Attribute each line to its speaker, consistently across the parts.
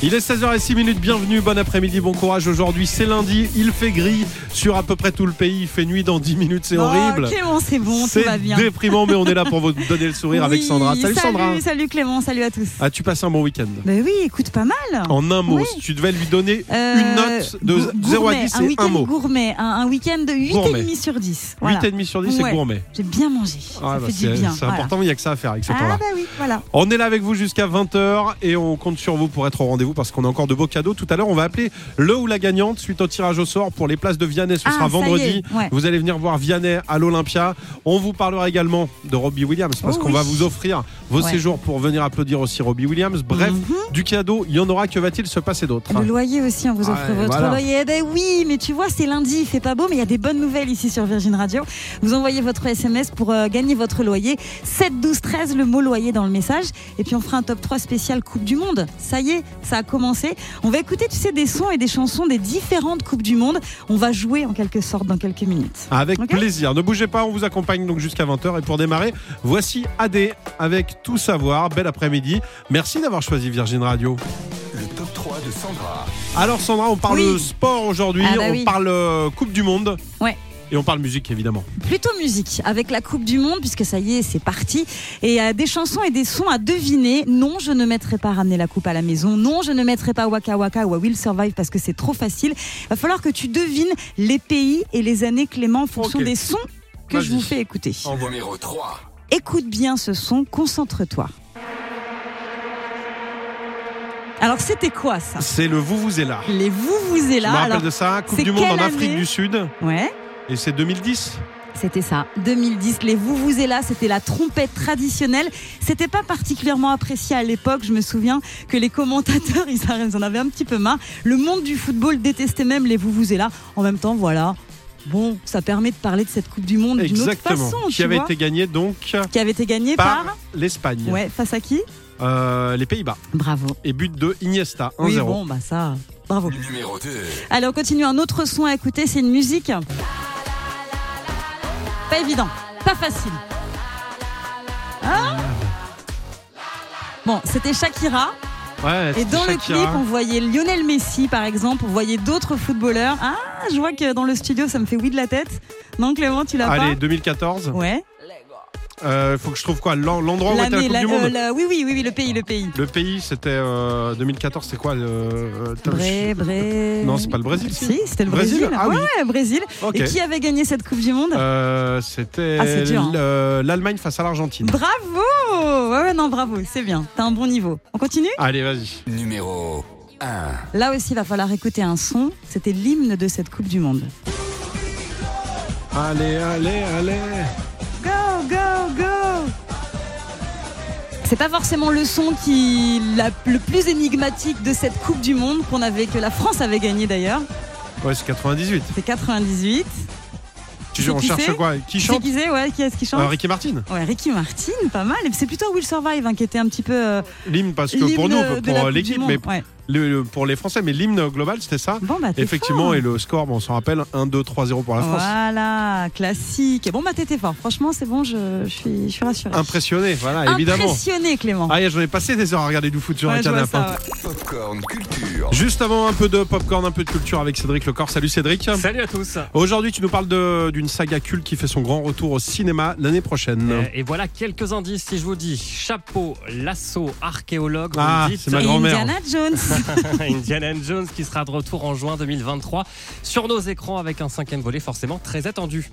Speaker 1: Il est 16h06 minutes, bienvenue, bon après-midi, bon courage. Aujourd'hui, c'est lundi, il fait gris sur à peu près tout le pays, il fait nuit dans 10 minutes, c'est horrible.
Speaker 2: Oh, Clément, c'est bon, tout
Speaker 1: c'est
Speaker 2: va bien.
Speaker 1: déprimant, mais on est là pour vous donner le sourire avec
Speaker 2: Oui,
Speaker 1: Sandra. Salut, Sandra.
Speaker 2: Salut Clément, salut à tous.
Speaker 1: As-tu passé un bon week-end
Speaker 2: Ben oui, écoute, pas mal.
Speaker 1: En un mot,
Speaker 2: Oui.
Speaker 1: si tu devais lui donner
Speaker 2: Euh,
Speaker 1: une note de
Speaker 2: gour-
Speaker 1: 0 à
Speaker 2: gourmet,
Speaker 1: 10,
Speaker 2: un
Speaker 1: c'est
Speaker 2: week-end
Speaker 1: un mot.
Speaker 2: gourmet, un, un week-end de
Speaker 1: Gourmet.
Speaker 2: 8,5 sur 10. Voilà.
Speaker 1: 8,5 sur 10, c'est
Speaker 2: Ouais.
Speaker 1: gourmet.
Speaker 2: J'ai bien mangé,
Speaker 1: Ah,
Speaker 2: ça
Speaker 1: bah,
Speaker 2: fait
Speaker 1: c'est
Speaker 2: du bien.
Speaker 1: c'est
Speaker 2: voilà.
Speaker 1: important, il n'y a que ça à faire avec ces temps-là.
Speaker 2: Ah bah oui, voilà.
Speaker 1: On est là avec vous jusqu'à 20h et on compte sur vous pour être au rendez-vous parce qu'on a encore de beaux cadeaux. Tout à l'heure, on va appeler le ou la gagnante suite au tirage au sort pour les places de Vianney. Ce
Speaker 2: Ah,
Speaker 1: sera
Speaker 2: ça y
Speaker 1: vendredi.
Speaker 2: est, ouais.
Speaker 1: Vous allez venir voir Vianney à l'Olympia. On vous parlera également de Robbie Williams parce
Speaker 2: Oh
Speaker 1: qu'on
Speaker 2: oui.
Speaker 1: va vous offrir vos
Speaker 2: Ouais.
Speaker 1: séjours pour venir applaudir aussi Robbie Williams. Bref,
Speaker 2: Mhm.
Speaker 1: du cadeau, il y en aura. Que va-t-il se passer d'autre
Speaker 2: Le loyer aussi, on vous offre
Speaker 1: hein. Ouais,
Speaker 2: votre
Speaker 1: voilà.
Speaker 2: loyer. Eh ben oui, mais tu vois, c'est lundi, il fait pas beau, mais il y a des bonnes nouvelles ici sur Virgin Radio. Vous envoyez votre SMS pour euh, gagner votre loyer. 7, 12, 13, le mot loyer dans le message. Et puis on fera un top 3 spécial Coupe du Monde. Ça y est, ça a commencé. On va écouter, tu sais, des sons et des chansons des différentes Coupes du Monde. On va jouer en quelque sorte dans quelques minutes.
Speaker 1: Ah, Avec
Speaker 2: Ok.
Speaker 1: plaisir. Ne bougez pas, on vous accompagne donc jusqu'à 20h. Et pour démarrer, voici AD avec Tout Savoir. Bel après-midi. Merci d'avoir choisi Virgin Radio.
Speaker 3: Le top 3 de Sandra.
Speaker 1: Alors Sandra, on parle
Speaker 2: Oui.
Speaker 1: sport aujourd'hui,
Speaker 2: Ah bah
Speaker 1: on
Speaker 2: oui.
Speaker 1: parle euh, Coupe du Monde.
Speaker 2: Ouais.
Speaker 1: Et on parle musique évidemment.
Speaker 2: Plutôt musique, avec la Coupe du Monde, puisque ça y est, c'est parti. Et euh, des chansons et des sons à deviner. Non, je ne mettrai pas Ramener la Coupe à la maison. Non, je ne mettrai pas Waka Waka ou I Will Survive parce que c'est trop facile. Va falloir que tu devines les pays et les années, Clément, en fonction
Speaker 1: Ok.
Speaker 2: des sons que je
Speaker 1: Vas-y.
Speaker 2: vous fais écouter.
Speaker 3: Numéro 3.
Speaker 2: Écoute bien ce son, concentre-toi. Alors, c'était quoi ça
Speaker 1: C'est le Vous vous est là.
Speaker 2: Les Bah. vous vous et
Speaker 1: Je me
Speaker 2: là.
Speaker 1: rappelle
Speaker 2: Alors,
Speaker 1: de ça, Coupe
Speaker 2: c'est
Speaker 1: du Monde en
Speaker 2: quelle
Speaker 1: Afrique
Speaker 2: année
Speaker 1: du Sud,
Speaker 2: ouais.
Speaker 1: et c'est 2010.
Speaker 2: C'était ça, 2010, les vous vous et là, c'était la trompette traditionnelle. C'était pas particulièrement apprécié à l'époque, je me souviens que les commentateurs, ils arrêtent- ils en avaient un petit peu marre. Le monde du football détestait même les vous vous et là. En même temps, voilà, bon, ça permet de parler de cette Coupe du Monde d'une autre
Speaker 1: Exactement.
Speaker 2: façon,
Speaker 1: qui
Speaker 2: tu
Speaker 1: avait
Speaker 2: vois,
Speaker 1: été gagné donc
Speaker 2: qui avait été gagnée
Speaker 1: par,
Speaker 2: par...
Speaker 1: l'Espagne,
Speaker 2: Ouais, face à qui
Speaker 1: Euh, les Pays-Bas,
Speaker 2: Bravo.
Speaker 1: et but de Iniesta, 1-0.
Speaker 2: Oui, bon, bah ça, bravo.
Speaker 3: Numéro 2.
Speaker 2: Allez, on continue. Un autre son à écouter, c'est une musique. Pas évident, pas facile. Hein bon, c'était Shakira.
Speaker 1: Ouais,
Speaker 2: Et
Speaker 1: c'était
Speaker 2: dans le
Speaker 1: Shakira.
Speaker 2: clip, on voyait Lionel Messi, par exemple. On voyait d'autres footballeurs. Ah, je vois que dans le studio, ça me fait oui de la tête. Non, Clément, tu l'as
Speaker 1: Allez, Oh,
Speaker 2: pas
Speaker 1: 2014.
Speaker 2: Ouais.
Speaker 1: Euh, faut que je trouve quoi l'en- L'endroit où était la Coupe
Speaker 2: la-
Speaker 1: du Monde
Speaker 2: euh, la- oui, oui, oui, oui, le pays, le pays.
Speaker 1: Le pays, c'était euh, 2014, c'est quoi le... euh,
Speaker 2: Bré, Bré.
Speaker 1: Non, c'est pas le Brésil, si.
Speaker 2: Si, c'était le
Speaker 1: Brésil
Speaker 2: Brésil.
Speaker 1: Ah oui.
Speaker 2: ouais, ouais, Brésil.
Speaker 1: Ok.
Speaker 2: Et qui avait gagné cette Coupe du Monde
Speaker 1: Euh, c'était
Speaker 2: Ah, c'est dur, hein.
Speaker 1: le- l'Allemagne face à l'Argentine.
Speaker 2: Bravo Ouais, ouais, non, bravo, c'est bien. T'as un bon niveau. On continue
Speaker 1: Allez, vas-y.
Speaker 3: Numéro 1.
Speaker 2: Là aussi, il va falloir écouter un son. C'était l'hymne de cette Coupe du Monde.
Speaker 1: Allez, allez, allez.
Speaker 2: Go, go, go C'est pas forcément le son qui la- le plus énigmatique de cette Coupe du Monde qu'on avait, que la France avait gagné d'ailleurs.
Speaker 1: Ouais, c'est 98.
Speaker 2: C'est 98.
Speaker 1: Tu
Speaker 2: Tu
Speaker 1: sais,
Speaker 2: sais
Speaker 1: on
Speaker 2: qui
Speaker 1: cherche
Speaker 2: c'est
Speaker 1: quoi Qui
Speaker 2: Tu sais
Speaker 1: chante
Speaker 2: qui c'est ouais, Qui est-ce qui chante
Speaker 1: Euh, Ricky Martin.
Speaker 2: Ouais, Ricky Martin, pas mal. Et c'est plutôt Will Survive hein, qui était un petit peu euh,
Speaker 1: L'hymne, parce que
Speaker 2: l'hymne
Speaker 1: pour nous,
Speaker 2: de la Coupe
Speaker 1: pour
Speaker 2: du
Speaker 1: l'équipe,
Speaker 2: Monde.
Speaker 1: mais
Speaker 2: Ouais.
Speaker 1: le- le- pour les Français, mais l'hymne global, c'était ça.
Speaker 2: Bon, bah, t'es
Speaker 1: Effectivement,
Speaker 2: fort.
Speaker 1: et le score, bon, on s'en rappelle 1, 2, 3, 0 pour la France.
Speaker 2: Voilà, classique. Et bon, bah t'étais fort. Franchement, c'est bon, je, je suis, je suis rassurée.
Speaker 1: Impressionné, voilà, Ah, évidemment.
Speaker 2: Impressionné, Clément.
Speaker 1: Ah, et j'en ai passé des heures à regarder du foot sur
Speaker 2: Ouais,
Speaker 1: un
Speaker 2: je vois
Speaker 1: canapé.
Speaker 2: ça,
Speaker 1: hein.
Speaker 2: ouais.
Speaker 3: Popcorn Culture.
Speaker 1: Juste avant, un peu de popcorn, un peu de culture avec Cédric Lecor. Salut Cédric.
Speaker 4: Salut à tous
Speaker 1: Aujourd'hui, tu nous parles de- d'une saga culte qui fait son grand retour au cinéma l'année prochaine.
Speaker 4: Euh, Et voilà quelques indices si je vous dis chapeau, lasso, archéologue, vous
Speaker 1: Ah,
Speaker 4: me dites
Speaker 1: c'est ma
Speaker 2: Et
Speaker 1: grand-mère.
Speaker 2: Indiana Jones. Ah,
Speaker 4: Indiana Jones qui sera de retour en juin 2023 sur nos écrans avec un cinquième volet forcément très attendu.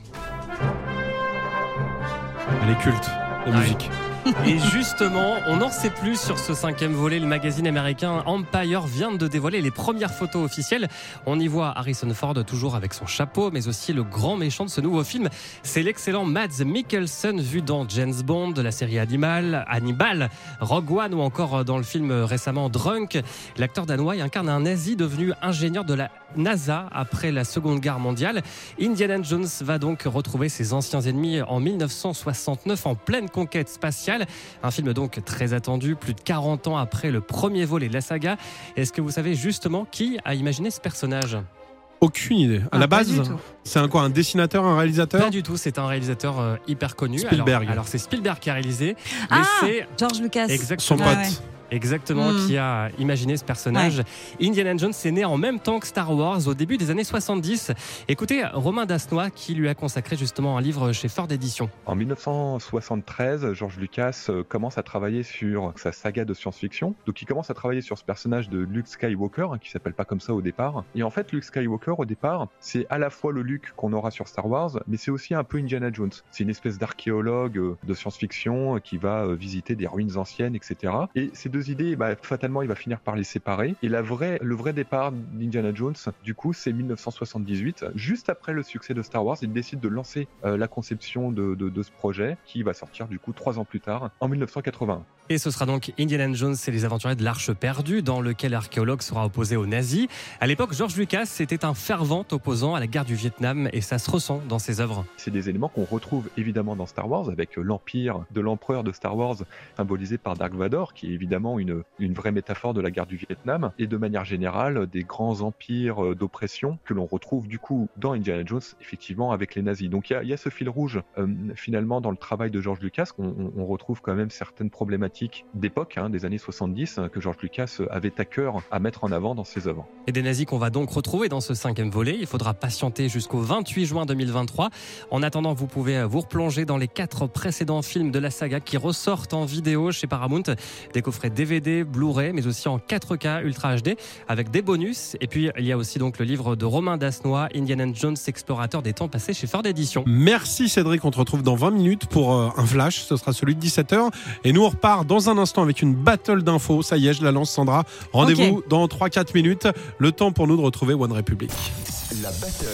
Speaker 1: Elle est culte, la
Speaker 4: Ouais.
Speaker 1: musique.
Speaker 4: Et justement, on n'en sait plus sur ce cinquième volet. Le magazine américain Empire vient de dévoiler les premières photos officielles. On y voit Harrison Ford toujours avec son chapeau, mais aussi le grand méchant de ce nouveau film. C'est l'excellent Mads Mikkelsen vu dans James Bond, la série Animal, Hannibal, Rogue One ou encore dans le film récemment Drunk. L'acteur danois y incarne un nazi devenu ingénieur de la NASA après la Seconde Guerre mondiale. Indiana Jones va donc retrouver ses anciens ennemis en 1969 en pleine conquête spatiale. Un film donc très attendu, plus de 40 ans après le premier volet de la saga. Est-ce que vous savez justement qui a imaginé ce personnage
Speaker 1: Aucune idée. À
Speaker 2: Ah,
Speaker 1: la
Speaker 2: pas
Speaker 1: base,
Speaker 2: du tout.
Speaker 1: c'est un quoi Un dessinateur, un réalisateur
Speaker 4: Pas du tout, c'est un réalisateur euh, hyper connu.
Speaker 1: Spielberg.
Speaker 4: Alors, alors c'est Spielberg qui a réalisé, mais
Speaker 2: Ah
Speaker 4: c'est
Speaker 2: George Lucas.
Speaker 1: Son
Speaker 4: exactement,
Speaker 1: pote.
Speaker 2: Ah ouais.
Speaker 4: exactement
Speaker 2: Hmm.
Speaker 4: qui a imaginé ce personnage. Indiana Jones est né en même temps que Star Wars au début des années 70. Écoutez, Romain Dasnois qui lui a consacré justement un livre chez Ford Édition.
Speaker 5: En 1973, George Lucas euh, commence à travailler sur sa saga de science-fiction. Donc il commence à travailler sur ce personnage de Luke Skywalker, hein, qui s'appelle pas comme ça au départ. Et en fait, Luke Skywalker, au départ, c'est à la fois le Luke qu'on aura sur Star Wars, mais c'est aussi un peu Indiana Jones. C'est une espèce d'archéologue euh, de science-fiction euh, qui va euh, visiter des ruines anciennes, etc. Et ces deux idées, bah, fatalement, il va finir par les séparer. Et la vraie, le vrai départ d'Indiana Jones, du coup, c'est 1978. Juste après le succès de Star Wars, il décide de lancer euh, la conception de, de- de ce projet, qui va sortir, du coup, trois ans plus tard, en 1981.
Speaker 4: Et ce sera donc Indiana Jones et les aventuriers de l'Arche perdue, dans lequel l'archéologue sera opposé aux nazis. À l'époque, George Lucas était un fervent opposant à la guerre du Vietnam et ça se ressent dans ses œuvres.
Speaker 5: C'est des éléments qu'on retrouve évidemment dans Star Wars, avec l'empire de l'empereur de Star Wars symbolisé par Dark Vador, qui est évidemment une, une vraie métaphore de la guerre du Vietnam, et de manière générale des grands empires euh, d'oppression que l'on retrouve du coup dans Indiana Jones, effectivement avec les nazis. Donc il y a- il y, a ce fil rouge euh, finalement dans le travail de George Lucas, qu'on on- on retrouve quand même certaines problématiques d'époque, hein, des années 70, euh, que George Lucas avait à cœur à mettre en avant dans ses œuvres.
Speaker 4: Et des nazis qu'on va donc retrouver dans ce cinquième volet. Il faudra patienter jusqu'au 28 juin 2023. En attendant, vous pouvez euh, vous replonger dans les quatre précédents films de la saga qui ressortent en vidéo chez Paramount. Des coffrets DVD, Blu-ray, mais aussi en 4K Ultra HD avec des bonus. Et puis, il y a aussi donc le livre de Romain Dasnois, Indiana Jones, explorateur des temps passés chez Ford Edition.
Speaker 1: Merci Cédric, on te retrouve dans 20 minutes pour euh, un flash, ce sera celui de 17h. Et nous on repart dans un instant avec une battle d'infos, ça y est, je la lance Sandra. Rendez-vous dans 3-4 minutes, le temps pour nous de retrouver One Republic.
Speaker 3: La battle.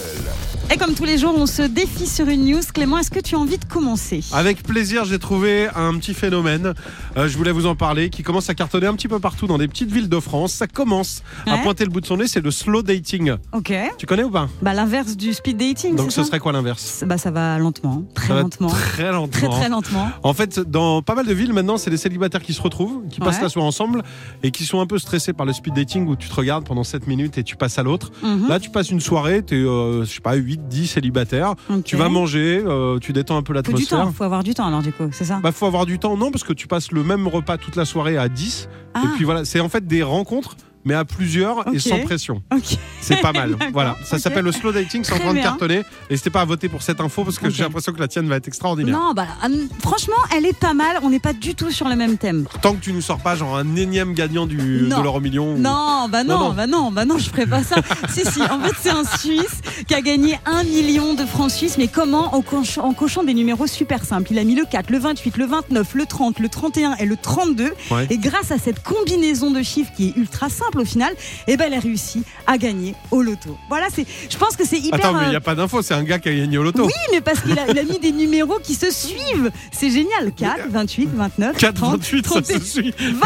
Speaker 2: Et comme tous les jours, on se défie sur une news. Clément, est-ce que tu as envie de commencer
Speaker 1: Avec plaisir, j'ai trouvé un petit phénomène, euh, je voulais vous en parler, qui commence à cartonner un petit peu partout dans des petites villes de France. Ça commence à
Speaker 2: Ouais.
Speaker 1: pointer le bout de son nez, c'est le slow dating.
Speaker 2: Ok.
Speaker 1: Tu connais ou pas
Speaker 2: Bah l'inverse du speed dating.
Speaker 1: Donc
Speaker 2: c'est
Speaker 1: ce
Speaker 2: ça
Speaker 1: serait quoi l'inverse
Speaker 2: Bah ça va lentement, très
Speaker 1: Ça va
Speaker 2: lentement,
Speaker 1: Très lentement.
Speaker 2: très très lentement.
Speaker 1: En fait, dans pas mal de villes maintenant, c'est des célibataires qui se retrouvent, qui passent
Speaker 2: Ouais.
Speaker 1: la soirée ensemble et qui sont un peu stressés par le speed dating où tu te regardes pendant 7 minutes et tu passes à l'autre.
Speaker 2: Mhm,
Speaker 1: Là, tu passes une soirée, tu es, je sais pas, 8, 10 célibataires,
Speaker 2: ok.
Speaker 1: tu vas manger, euh, tu détends un peu
Speaker 2: Faut du temps,
Speaker 1: l'atmosphère.
Speaker 2: faut avoir du temps alors du coup, c'est ça
Speaker 1: Bah, faut avoir du temps, non, parce que tu passes le même repas toute la soirée à 10.
Speaker 2: Ah,
Speaker 1: Et puis voilà, c'est en fait des rencontres, mais à plusieurs
Speaker 2: Ok.
Speaker 1: et sans pression.
Speaker 2: ok.
Speaker 1: C'est pas mal.
Speaker 2: D'accord,
Speaker 1: voilà, ça
Speaker 2: ok.
Speaker 1: s'appelle le slow dating, c'est en
Speaker 2: Très
Speaker 1: train de
Speaker 2: bien.
Speaker 1: cartonner. N'hésitez pas à voter pour cette info parce que
Speaker 2: Ok.
Speaker 1: j'ai l'impression que la tienne va être extraordinaire.
Speaker 2: Non, bah hum, franchement, elle est pas mal, on n'est pas du tout sur le même thème.
Speaker 1: Tant que tu nous sors pas genre un énième gagnant du
Speaker 2: Non.
Speaker 1: de l'euro million. ou-
Speaker 2: Non, bah non,
Speaker 1: Non, non.
Speaker 2: bah non, bah non, je ferai pas ça. si, si, en fait, c'est un Suisse qui a gagné 1 million de francs suisses, mais comment en, coch- en cochant des numéros super simples. Il a mis le 4, le 28, le 29, le 30, le 31 et le 32.
Speaker 1: Ouais.
Speaker 2: Et grâce à cette combinaison de chiffres qui est ultra simple au final, eh ben, elle a réussi à gagner au loto. Voilà, c'est, je pense que c'est hyper.
Speaker 1: Attends, mais il
Speaker 2: euh,
Speaker 1: n'y a pas d'info, c'est un gars qui a gagné au loto.
Speaker 2: Oui, mais parce qu'il a, il a mis des numéros qui se suivent. C'est génial. 4, 28, 29,
Speaker 1: 4,
Speaker 2: 30,
Speaker 1: 28, euh, ça
Speaker 2: 31.
Speaker 1: se suit.
Speaker 2: 28,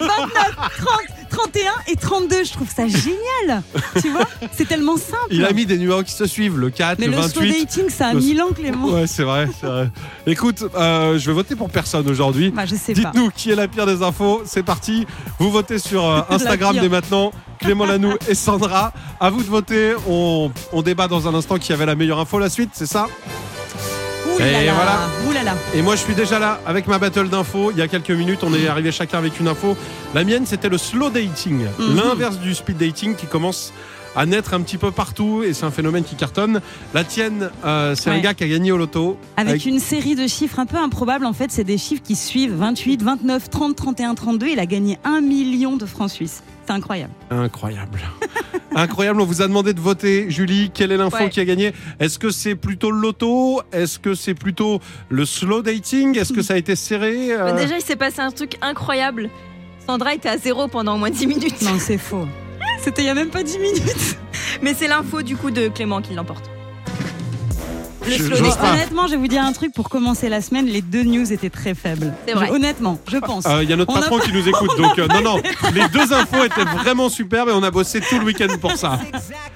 Speaker 2: 29, 30, 31 et 32. Je trouve ça génial. Tu vois C'est tellement simple.
Speaker 1: Il a mis des numéros qui se suivent, le 4,
Speaker 2: Mais
Speaker 1: le
Speaker 2: le, slow
Speaker 1: 28.
Speaker 2: dating, ça a
Speaker 1: le-
Speaker 2: mille ans, Clément.
Speaker 1: Ouais, c'est vrai, c'est vrai. Écoute, euh, je vais voter pour personne aujourd'hui.
Speaker 2: Bah, je sais pas.
Speaker 1: Dites-nous qui est la pire des infos. C'est parti. Vous votez sur euh, Instagram
Speaker 2: pire.
Speaker 1: dès maintenant. Clément Lanoux et Sandra. À vous de voter. On, on débat dans un instant qui avait la meilleure info. La suite, c'est ça.
Speaker 2: Ouh là
Speaker 1: Et
Speaker 2: là.
Speaker 1: voilà.
Speaker 2: Ouh là là.
Speaker 1: Et moi, je suis déjà là avec ma battle d'infos. Il y a quelques minutes, on est arrivé chacun avec une info. La mienne, c'était le slow dating,
Speaker 2: Mhm.
Speaker 1: l'inverse du speed dating qui commence à naître un petit peu partout et c'est un phénomène qui cartonne. La tienne, euh, c'est un
Speaker 2: Ouais.
Speaker 1: gars qui a gagné au loto.
Speaker 2: Avec,
Speaker 1: Avec-
Speaker 2: une série de chiffres un peu improbables, en fait, c'est des chiffres qui suivent 28, 29, 30, 31, 32. Il a gagné 1 million de francs suisses. C'est incroyable.
Speaker 1: Incroyable. Incroyable, on vous a demandé de voter. Julie, quelle est l'info
Speaker 2: Ouais.
Speaker 1: qui a gagné Est-ce que c'est plutôt le loto Est-ce que c'est plutôt le slow dating Est-ce que ça a été serré Euh,
Speaker 6: Bah, déjà, il s'est passé un truc incroyable. Sandra était à zéro pendant au moins 10 minutes.
Speaker 2: Non, c'est faux. C'était il n'y a même pas 10 minutes.
Speaker 6: Mais c'est l'info du coup de Clément qui l'emporte. Le
Speaker 1: Je-
Speaker 6: slow
Speaker 1: j'ose
Speaker 6: dating.
Speaker 1: pas.
Speaker 2: Honnêtement, je vais vous dire un truc pour commencer la semaine. Les deux news étaient très faibles.
Speaker 6: C'est vrai.
Speaker 2: Je- honnêtement, je pense.
Speaker 1: Euh, Il y a notre
Speaker 2: On a
Speaker 1: patron qui nous écoute, donc euh, non, non, les deux infos étaient vraiment superbes et on a bossé tout le week-end pour ça.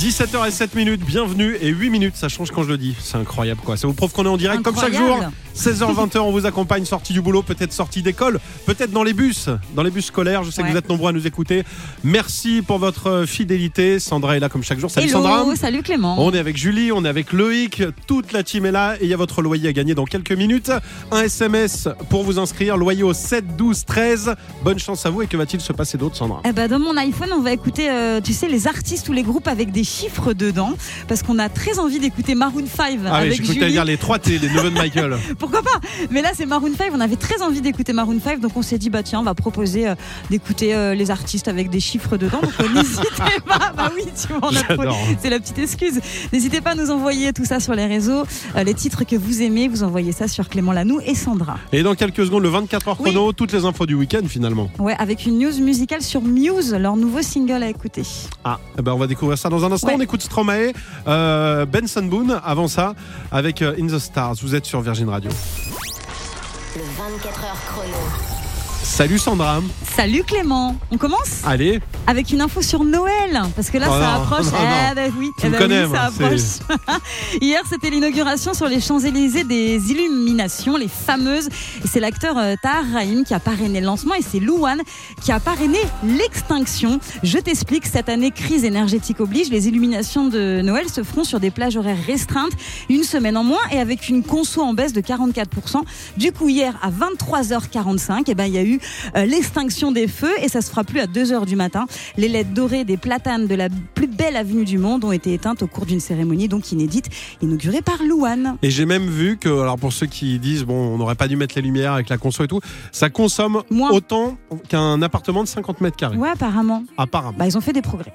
Speaker 1: 17h et 7 minutes, bienvenue et 8 minutes, ça change quand je le dis. C'est incroyable quoi. Ça vous prouve qu'on est en direct comme chaque jour.
Speaker 2: Incroyable.
Speaker 1: 16h20, on vous accompagne, sortie du boulot, peut-être sortie d'école, peut-être dans les bus, dans les bus scolaires. Je sais que
Speaker 2: Ouais.
Speaker 1: vous êtes nombreux à nous écouter. Merci pour votre euh, fidélité. Sandra est là comme chaque jour. Salut
Speaker 2: Hello,
Speaker 1: Sandra. Oh.
Speaker 2: salut Clément.
Speaker 1: On est avec Julie, on est avec Loïc, toute la team est là et il y a votre loyer à gagner dans quelques minutes. Un SMS pour vous inscrire, loyer au 7 12 13. Bonne chance à vous et que va-t-il se passer d'autre Sandra
Speaker 2: Eh ben, dans mon iPhone, on va écouter, euh, tu sais, les artistes ou les groupes avec des chiffres dedans, parce qu'on a très envie d'écouter Maroon 5
Speaker 1: Ah oui, j'ai
Speaker 2: avec
Speaker 1: cru que t'allais
Speaker 2: Julie.
Speaker 1: dire les 3 T, les neveux de Michael.
Speaker 2: Pourquoi pas Mais là, c'est Maroon 5. On avait très envie d'écouter Maroon 5, donc on s'est dit, bah tiens, on va proposer euh, d'écouter euh, les artistes avec des chiffres dedans. Donc euh, n'hésitez pas. Bah oui, tu vois, on a trop-
Speaker 1: J'adore.
Speaker 2: C'est la petite excuse. N'hésitez pas à nous envoyer tout ça sur les réseaux, euh, les titres que vous aimez. Vous envoyez ça sur Clément Lanoux et Sandra.
Speaker 1: Et dans quelques secondes, le 24 h chrono, toutes les infos du week-end finalement.
Speaker 2: Ouais, avec une news musicale sur Muse, leur nouveau single à écouter.
Speaker 1: Ah, eh ben on va découvrir ça dans un instant.
Speaker 2: Ouais.
Speaker 1: On écoute Stromae, euh, Benson Boone, avant ça, avec euh, In the Stars. Vous êtes sur Virgin Radio.
Speaker 7: le 24h chrono.
Speaker 1: Salut Sandra.
Speaker 2: Salut Clément. On commence
Speaker 1: Allez,
Speaker 2: avec une info sur Noël, parce que là,
Speaker 1: Oh
Speaker 2: ça
Speaker 1: non,
Speaker 2: approche.
Speaker 1: non, non.
Speaker 2: Eh ben oui,
Speaker 1: Tu
Speaker 2: eh
Speaker 1: me
Speaker 2: ben oui,
Speaker 1: connais, moi,
Speaker 2: ça
Speaker 1: c'est-
Speaker 2: approche. Hier, c'était l'inauguration sur les Champs-Élysées des illuminations, les fameuses. Et c'est l'acteur euh, Tahar Rahim qui a parrainé le lancement et c'est Louane qui a parrainé l'extinction. Je t'explique, cette année, crise énergétique oblige, les illuminations de Noël se feront sur des plages horaires restreintes, une semaine en moins et avec une conso en baisse de 44%. Du coup, hier, à 23h45, eh ben, il y a eu euh, l'extinction des feux et ça se fera plus à 2h du matin. Les lettres dorées des platanes de la plus belle avenue du monde ont été éteintes au cours d'une cérémonie donc inédite inaugurée par Louane.
Speaker 1: et j'ai même vu que, alors pour ceux qui disent, bon, on n'aurait pas dû mettre les lumières avec la conso et tout, ça consomme
Speaker 2: Moins.
Speaker 1: autant qu'un appartement de 50 mètres carrés,
Speaker 2: Ouais, apparemment.
Speaker 1: apparemment.
Speaker 2: Bah, ils ont fait des progrès.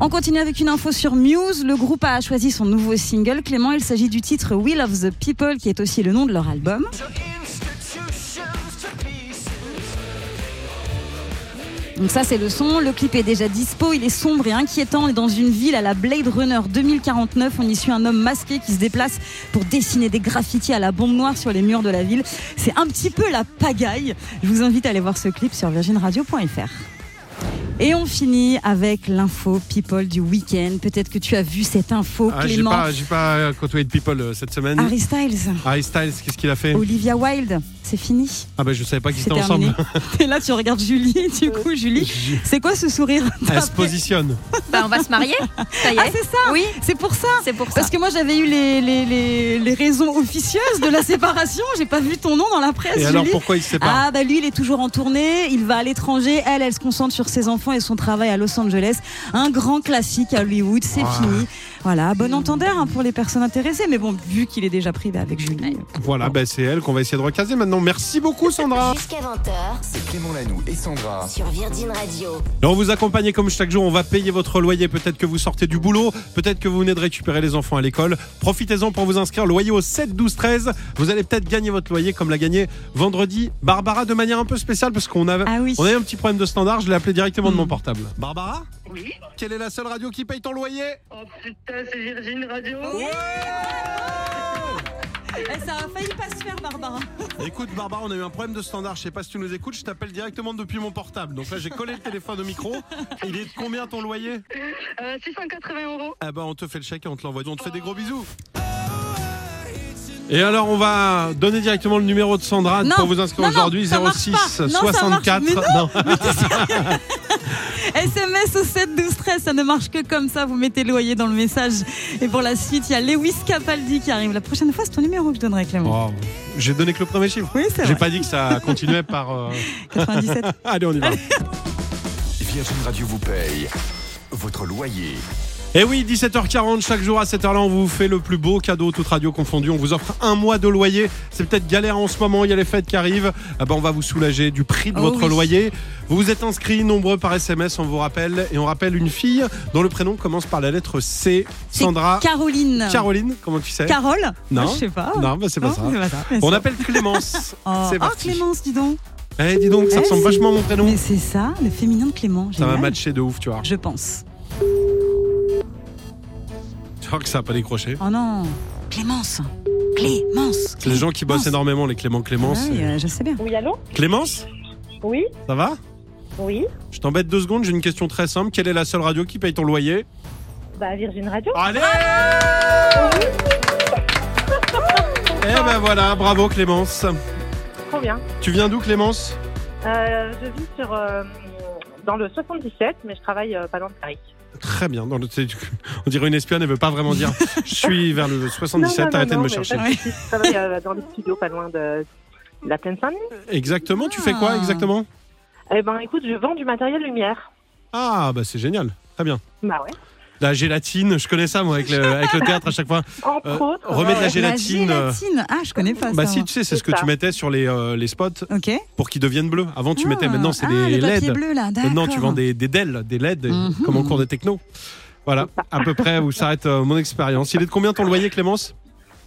Speaker 2: On continue avec une info sur Muse. Le groupe a choisi son nouveau single. Clément, il s'agit du titre Will of the People, qui est aussi le nom de leur album. Donc ça c'est le son, le clip est déjà dispo, il est sombre et inquiétant, on est dans une ville à la Blade Runner 2049, on y suit un homme masqué qui se déplace pour dessiner des graffitis à la bombe noire sur les murs de la ville. C'est un petit peu la pagaille. Je vous invite à aller voir ce clip sur virginradio.fr. Et on finit avec l'info people du week-end. Peut-être que tu as vu cette info,
Speaker 1: Ah, j'ai
Speaker 2: Clément.
Speaker 1: pas, j'ai pas côtoyé de people euh, cette semaine.
Speaker 2: Harry Styles,
Speaker 1: Harry Styles, qu'est-ce qu'il a fait
Speaker 2: Olivia Wilde, c'est fini.
Speaker 1: Ah bah je savais pas qu'ils
Speaker 2: C'est
Speaker 1: étaient
Speaker 2: terminé.
Speaker 1: ensemble.
Speaker 2: Et là, tu regardes Julie. Du coup, Julie, c'est quoi ce sourire
Speaker 1: Elle se positionne.
Speaker 6: Bah, on va se marier. Ça y est.
Speaker 2: Ah, c'est ça
Speaker 6: oui,
Speaker 2: C'est pour ça
Speaker 6: c'est pour ça.
Speaker 2: Parce que moi, j'avais eu les, les, les, les raisons officieuses de la séparation. J'ai pas vu ton nom dans la presse,
Speaker 1: Et
Speaker 2: Julie.
Speaker 1: alors pourquoi ils se séparent
Speaker 2: Ah bah lui il est toujours en tournée, il va à l'étranger, elle elle se concentre sur ses enfants et son travail à Los Angeles. Un grand classique à Hollywood, c'est
Speaker 1: Ah.
Speaker 2: fini. Voilà, bon entendeur hein, pour les personnes intéressées, mais bon vu qu'il est déjà pris bah, avec Julie.
Speaker 1: Voilà, bah, c'est elle qu'on va essayer de recaser maintenant. Merci beaucoup Sandra.
Speaker 7: Jusqu'à 20h
Speaker 3: C'est Clément Lanoux et Sandra
Speaker 7: sur Virgin Radio.
Speaker 1: Et on vous accompagne comme chaque jour, on va payer votre loyer, peut-être que vous sortez du boulot, peut-être que vous venez de récupérer les enfants à l'école. Profitez-en pour vous inscrire, loyer au 7 12 13. Vous allez peut-être gagner votre loyer comme l'a gagné vendredi Barbara de manière un peu spéciale parce qu'on avait,
Speaker 2: Ah oui. Hmm.
Speaker 1: on avait un petit problème de standard, je l'ai appelé directement de mon portable. Barbara,
Speaker 8: Oui.
Speaker 1: quelle est la seule radio qui paye ton loyer
Speaker 8: Oh putain, c'est Virgin Radio.
Speaker 2: Eh, Ça a failli pas se faire Barbara.
Speaker 1: Écoute Barbara, on a eu un problème de standard, je sais pas si tu nous écoutes, je t'appelle directement depuis mon portable. Donc là j'ai collé le téléphone au micro. Il est de combien ton loyer
Speaker 8: Euh, 680 euros.
Speaker 1: Ah bah on te fait le chèque et on te l'envoie. On te fait des gros bisous. Et alors on va donner directement le numéro de Sandra
Speaker 2: Non,
Speaker 1: pour vous inscrire
Speaker 2: non, non,
Speaker 1: aujourd'hui
Speaker 2: ça marche
Speaker 1: 06
Speaker 2: pas. Non, ça marche.
Speaker 1: 64.
Speaker 2: Mais non,
Speaker 1: Non.
Speaker 2: SMS au 7 12 13, ça ne marche que comme ça, vous mettez loyer dans le message. Et pour la suite, il y a Lewis Capaldi qui arrive. La prochaine fois, c'est ton numéro que je donnerai Clément.
Speaker 1: Oh, J'ai donné que le premier chiffre.
Speaker 2: Oui, c'est
Speaker 1: J'ai
Speaker 2: vrai.
Speaker 1: pas dit que ça continuait par. euh,
Speaker 2: 97.
Speaker 1: Allez on y va.
Speaker 3: Virgin Radio vous paye votre loyer.
Speaker 1: Et Eh oui, 17h40 chaque jour à cette heure-là, on vous fait le plus beau cadeau toute radio confondue. On vous offre un mois de loyer. C'est peut-être galère en ce moment, il y a les fêtes qui arrivent. Ah ben, on va vous soulager du prix de
Speaker 2: Oh
Speaker 1: votre
Speaker 2: oui.
Speaker 1: loyer. Vous vous êtes inscrits nombreux par SMS, on vous rappelle. Et on rappelle une fille dont le prénom commence par la lettre C.
Speaker 2: C'est
Speaker 1: Sandra.
Speaker 2: Caroline.
Speaker 1: Ah. Caroline, comment tu sais
Speaker 2: Carole
Speaker 1: Non.
Speaker 2: Je sais pas.
Speaker 1: Non, bah, c'est pas
Speaker 2: Non,
Speaker 1: ça.
Speaker 2: c'est pas ça. bien
Speaker 1: On
Speaker 2: sûr.
Speaker 1: appelle Clémence.
Speaker 2: Oh,
Speaker 1: c'est
Speaker 2: oh,
Speaker 1: parti.
Speaker 2: Clémence, dis donc.
Speaker 1: Eh, dis donc, ça
Speaker 2: Eh,
Speaker 1: ressemble
Speaker 2: si.
Speaker 1: vachement à mon prénom.
Speaker 2: Mais c'est ça, le féminin de Clément.
Speaker 1: Ça va
Speaker 2: génial.
Speaker 1: matcher de ouf, tu vois.
Speaker 2: Je pense.
Speaker 1: Tu vois que ça va pas décrocher.
Speaker 2: Oh non, Clémence. Clémence.
Speaker 1: C'est les gens qui bossent
Speaker 2: Clémence.
Speaker 1: énormément, les Clément Clémence.
Speaker 2: Ah oui, euh, je sais bien.
Speaker 9: Oui, allô
Speaker 1: Clémence
Speaker 9: Oui,
Speaker 1: Ça va
Speaker 9: oui.
Speaker 1: Je t'embête deux secondes, j'ai une question très simple. Quelle est la seule radio qui paye ton loyer
Speaker 9: Bah, Virgin Radio.
Speaker 1: Allez Eh ben voilà, bravo Clémence.
Speaker 9: Trop bien.
Speaker 1: Tu viens d'où Clémence
Speaker 9: Euh, je vis sur, euh, dans le 77, mais je travaille euh, pas dans le Paris.
Speaker 1: Très bien. Dans le- c'est- on dirait une espionne, elle veut pas vraiment dire. Je suis vers le 77, arrêtez de me chercher.
Speaker 9: Je travaille euh, dans les studios pas loin de la Seine-Saint-Denis.
Speaker 1: Exactement, tu fais quoi
Speaker 2: Ah.
Speaker 1: exactement
Speaker 9: Eh ben, écoute, je vends du matériel lumière.
Speaker 1: Ah bah c'est génial, très bien.
Speaker 9: Bah ouais.
Speaker 1: La gélatine, je connais ça moi avec le, avec le théâtre à chaque fois.
Speaker 9: Entre
Speaker 1: Euh,
Speaker 10: Oh,
Speaker 9: autres.
Speaker 1: remets de la
Speaker 9: euh,
Speaker 1: gélatine.
Speaker 2: La
Speaker 1: euh,
Speaker 2: gélatine. Ah, je connais pas
Speaker 1: Bah
Speaker 2: ça.
Speaker 1: si
Speaker 2: moi.
Speaker 1: tu sais, c'est ce que
Speaker 9: C'est
Speaker 1: tu
Speaker 9: ça.
Speaker 1: mettais sur les, euh, les spots
Speaker 2: Ok.
Speaker 1: pour qu'ils deviennent bleus. Avant tu mettais,
Speaker 2: Ah,
Speaker 1: maintenant c'est
Speaker 2: ah,
Speaker 1: des
Speaker 2: le papier
Speaker 1: LED.
Speaker 2: bleu, là,
Speaker 1: Maintenant tu
Speaker 2: d'accord.
Speaker 1: vends des, des DEL, des LED, des-
Speaker 2: Mhm.
Speaker 1: comme en cours de techno. Voilà, à peu près où s'arrête euh, mon expérience. Il est de combien ton loyer Clémence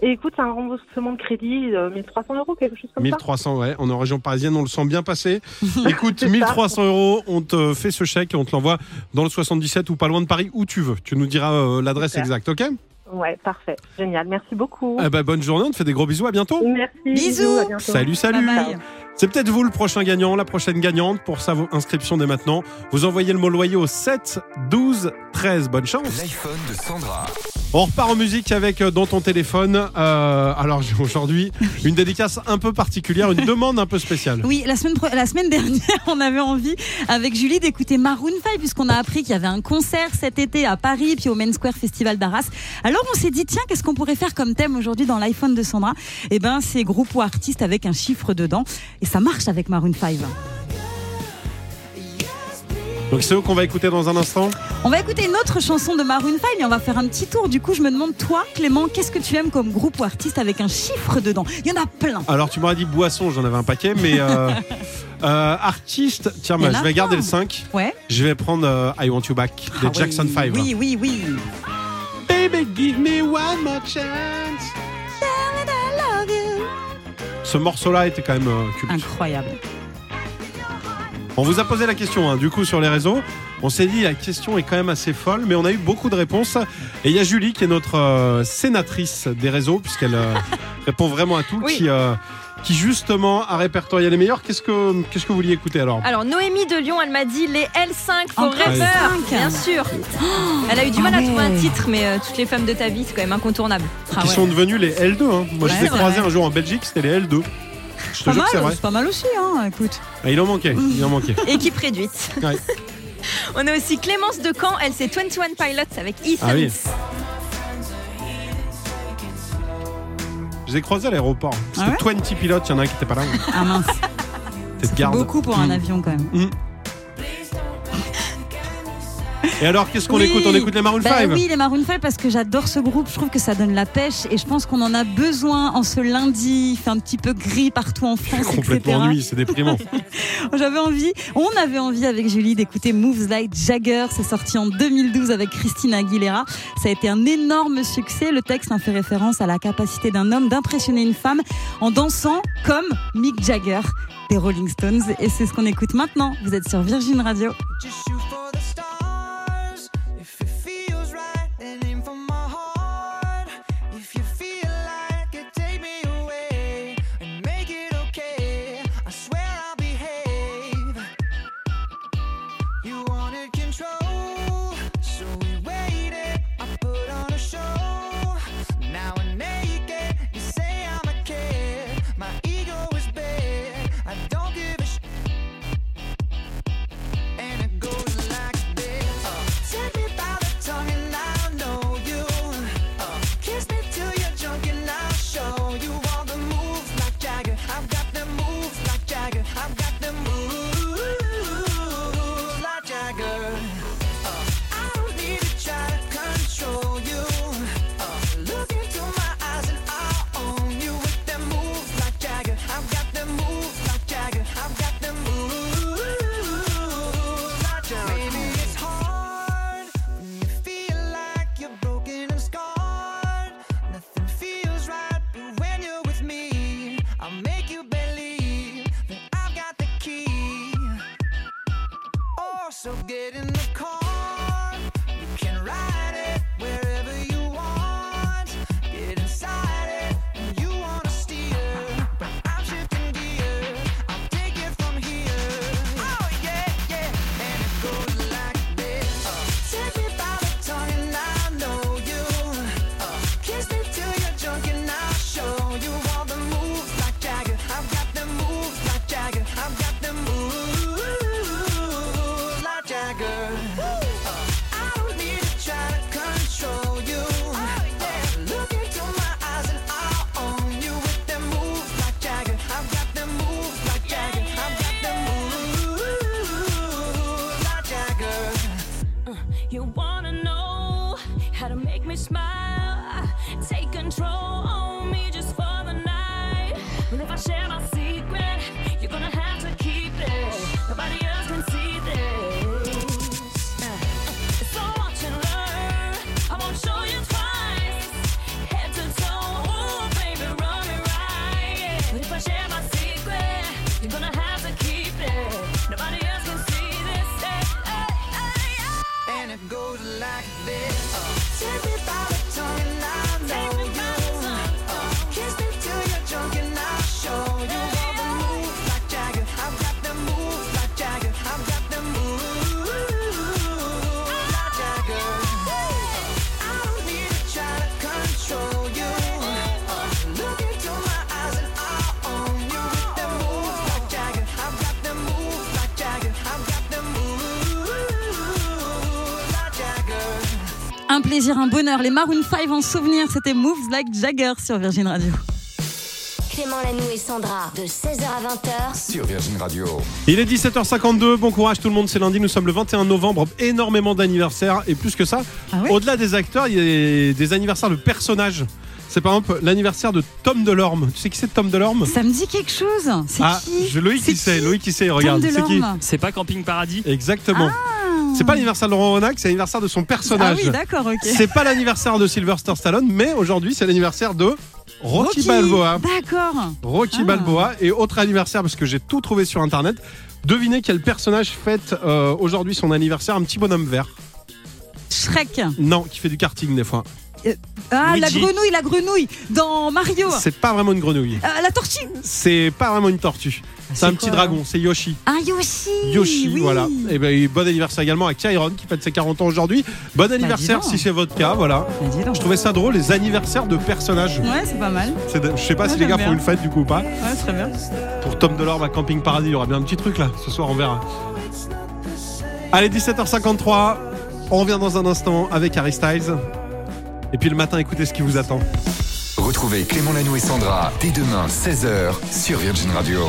Speaker 9: Et écoute, c'est un remboursement de crédit, euh, 1300 euros, quelque chose comme
Speaker 1: 1300, ouais. On est en région parisienne, on le sent bien passer. Écoute,
Speaker 9: C'est ça.
Speaker 1: 1300 euros, on te fait ce chèque et on te l'envoie dans le 77 ou pas loin de Paris, où tu veux. Tu nous diras euh, l'adresse
Speaker 9: Super.
Speaker 1: exacte, ok
Speaker 9: ça. Ouais, parfait. Génial. Merci beaucoup.
Speaker 1: Eh ben, Bonne journée, on te fait des gros bisous, à bientôt.
Speaker 9: Merci.
Speaker 2: Bisous.
Speaker 9: à bientôt.
Speaker 1: Salut, salut
Speaker 2: Bye bye.
Speaker 1: C'est peut-être vous le prochain gagnant, la prochaine gagnante. Pour ça, vos inscriptions dès maintenant. Vous envoyez le mot loyer au 7 12 13. Bonne chance.
Speaker 3: L'iPhone de Sandra.
Speaker 1: On repart en musique avec euh, dans ton téléphone. euh, alors j'ai aujourd'hui une dédicace un peu particulière, une demande un peu spéciale.
Speaker 2: Oui, la semaine, pro- la semaine dernière, on avait envie avec Julie d'écouter Maroon 5 puisqu'on a appris qu'il y avait un concert cet été à Paris puis au Main Square Festival d'Arras. Alors on s'est dit tiens qu'est-ce qu'on pourrait faire comme thème aujourd'hui dans l'iPhone de Sandra Eh ben c'est groupe ou artiste avec un chiffre dedans et ça marche avec Maroon 5.
Speaker 1: Donc c'est eux qu'on va écouter dans un instant.
Speaker 2: On va écouter une autre chanson de Maroon 5 et on va faire un petit tour. Du coup je me demande toi Clément qu'est-ce que tu aimes comme groupe ou artiste avec un chiffre dedans Il y en a plein.
Speaker 1: Alors tu m'aurais dit boisson, j'en avais un paquet, mais euh, euh, artiste. Tiens, bah,
Speaker 2: Il y en a
Speaker 1: je vais garder
Speaker 2: plein.
Speaker 1: le 5.
Speaker 2: Ouais.
Speaker 1: Je vais prendre euh, I Want You Back de
Speaker 2: Ah oui.
Speaker 1: Jackson 5.
Speaker 2: Oui oui oui.
Speaker 1: Baby, give me one more chance. Ce morceau-là était quand même euh, culte.
Speaker 2: Incroyable.
Speaker 1: On vous a posé la question, hein, du coup, sur les réseaux. On s'est dit, la question est quand même assez folle, mais on a eu beaucoup de réponses. Et il y a Julie, qui est notre euh, sénatrice des réseaux, puisqu'elle euh, répond vraiment à tout,
Speaker 6: Oui.
Speaker 1: qui, euh, qui justement a répertorié les meilleurs. Qu'est-ce que, qu'est-ce que vous vouliez écouter alors
Speaker 6: Alors Noémie de Lyon, elle m'a dit les L5 Forever,
Speaker 2: L5.
Speaker 6: bien sûr. elle a eu du mal
Speaker 2: ah
Speaker 6: à trouver un
Speaker 2: ouais.
Speaker 6: titre, mais euh, toutes les femmes de ta vie, c'est quand même incontournable.
Speaker 2: Ah
Speaker 1: Qui
Speaker 2: ouais.
Speaker 1: sont devenus les L2. hein. Moi,
Speaker 2: Ouais,
Speaker 1: je les ai
Speaker 2: c'est
Speaker 1: croisés
Speaker 2: vrai.
Speaker 1: un jour en Belgique, c'était les L2. Je te
Speaker 2: Pas
Speaker 1: jure que c'est
Speaker 2: mal,
Speaker 1: vrai.
Speaker 2: c'est pas mal aussi hein, écoute.
Speaker 1: Ah, il en manquait, il en manquait.
Speaker 6: Équipe réduite.
Speaker 1: Ouais.
Speaker 6: On a aussi Clémence de Caen, elle c'est 21 Pilots avec Ethan.
Speaker 1: Ah oui. Je les ai croisés à l'aéroport. C'était
Speaker 2: Ah
Speaker 1: 20 pilotes, il y en a un qui n'était pas là.
Speaker 2: Ah mince.
Speaker 1: Tête garde. Hmm.
Speaker 2: Beaucoup pour un avion quand même.
Speaker 1: Et alors, qu'est-ce qu'on
Speaker 2: Oui.
Speaker 1: écoute On écoute les Maroon
Speaker 2: Bah
Speaker 1: 5
Speaker 2: oui, les Maroon 5 parce que j'adore ce groupe, je trouve que ça donne la pêche et je pense qu'on en a besoin en ce lundi, il fait un petit peu gris partout en France,
Speaker 1: Complètement
Speaker 2: etc.
Speaker 1: nuit, c'est déprimant.
Speaker 2: J'avais envie, on avait envie avec Julie d'écouter Moves Like Jagger, c'est sorti en 2012 avec Christina Aguilera. Ça a été un énorme succès, le texte en fait référence à la capacité d'un homme d'impressionner une femme en dansant comme Mick Jagger des Rolling Stones et c'est ce qu'on écoute maintenant. Vous êtes sur Virgin Radio.
Speaker 10: Just shoot for the stars if it feels right and aim for my heart. If you feel like it, take me away and make it okay. I swear I'll behave. You wanted control, so we waited. I put on a show. Now I'm naked. You say I'm a kid. My ego is big. I don't give a shit. And it goes like this. Uh, Take me by the tongue and I'll know you. Uh, Kiss me till you're drunk and I'll show you all the moves like Jagger. I've got them moves like Jagger. I've got them moves like Jagger. Uh, I don't need to try to control you. Uh, Look into my eyes and I'll own you with them moves like Jagger. I've got them moves like Jagger. I've got them moves like Jagger. Maybe it's hard when you feel like you're broken and scarred. Nothing feels right, but when you're with me, I'll make you believe that I've got the key. Oh, so get in the car. You can ride it wherever you want. Get inside it when you wanna steer. But I'm shifting gear. I'll take it from here. Oh, Uh, Uh, make me smile. Take control on me just for the night. And if I share my secret, you're gonna have to keep it. Nobody else can see this. Uh, So watch and learn. I won't show you twice. Head to toe, ooh, baby, run it right. But if I share my secret, you're gonna have to keep it. Nobody else can see this. Hey, hey, hey, hey. And it goes like this. Take me by the tongue and I know you. Uh, Kiss me till you're drunk and I'll show you all the moves like Jagger. I've got the moves like Jagger. I've got the moves like Jagger. I don't need to try to control you. Uh, Look into my eyes and I'll own you with the moves like Jagger. I've got the moves like Jagger. I've got the moves like Jagger.
Speaker 2: Un plaisir, un bonheur. Les Maroon 5 en souvenir, c'était Moves Like Jagger sur Virgin Radio.
Speaker 7: Clément Lanoux et Sandra, de 16h à 20h.
Speaker 3: sur Virgin Radio.
Speaker 1: Il est 17h52, bon courage tout le monde, c'est lundi, nous sommes le 21 novembre, énormément d'anniversaires et plus que ça,
Speaker 2: Ah ouais
Speaker 1: au-delà des acteurs, il y a des anniversaires de personnages. C'est par exemple l'anniversaire de Tom Delorme. Tu sais qui c'est Tom Delorme
Speaker 2: Ça me dit quelque chose. C'est
Speaker 1: Ah,
Speaker 2: qui
Speaker 1: je, Loïc
Speaker 2: C'est
Speaker 1: il sait,
Speaker 2: qui
Speaker 1: Loïc il sait,
Speaker 2: Tom
Speaker 1: regarde, c'est qui
Speaker 2: Delorme. Ah
Speaker 4: C'est pas Camping Paradis
Speaker 1: Exactement. C'est pas l'anniversaire de Laurent Ronac, c'est l'anniversaire de son
Speaker 2: Ah
Speaker 1: personnage.
Speaker 2: oui, d'accord, ok.
Speaker 1: c'est pas l'anniversaire de Sylvester Stallone, mais aujourd'hui c'est l'anniversaire de Rocky,
Speaker 2: Rocky.
Speaker 1: Balboa.
Speaker 2: D'accord.
Speaker 1: Rocky
Speaker 2: Ah.
Speaker 1: Balboa et autre anniversaire parce que j'ai tout trouvé sur internet. Devinez quel personnage fête euh, aujourd'hui son anniversaire, un petit bonhomme vert.
Speaker 2: Shrek.
Speaker 1: Non, qui fait du karting des fois.
Speaker 2: Ah, la
Speaker 4: Luigi.
Speaker 2: grenouille, la grenouille dans Mario.
Speaker 1: C'est pas vraiment une grenouille.
Speaker 2: Euh, la tortue.
Speaker 1: C'est pas vraiment une tortue. C'est un
Speaker 2: Ah, quoi,
Speaker 1: petit
Speaker 2: alors
Speaker 1: dragon, c'est Yoshi.
Speaker 2: Ah, Yoshi. Bah,
Speaker 1: Yoshi,
Speaker 2: oui.
Speaker 1: voilà. Et ben, bon anniversaire également à Kyron qui fête ses 40 ans aujourd'hui. Bon anniversaire
Speaker 2: Bah, dis donc.
Speaker 1: si c'est votre cas, voilà.
Speaker 2: Ah, dis donc.
Speaker 1: Je trouvais ça drôle, les anniversaires de personnages.
Speaker 2: Ouais, c'est pas mal.
Speaker 1: C'est de- Je sais pas
Speaker 2: Moi,
Speaker 1: si les
Speaker 2: Ah, j'aime
Speaker 1: gars
Speaker 2: bien.
Speaker 1: font une fête du coup ou pas.
Speaker 2: Ouais, très bien.
Speaker 1: Pour Tom Delorme à Camping Paradis, il y aura bien un petit truc là. Ce soir, on verra. Allez, 17h53. On revient dans un instant avec Harry Styles. Et puis le matin, écoutez ce qui vous attend.
Speaker 3: Retrouvez Clément Lanoux et Sandra dès demain 16h sur Virgin Radio.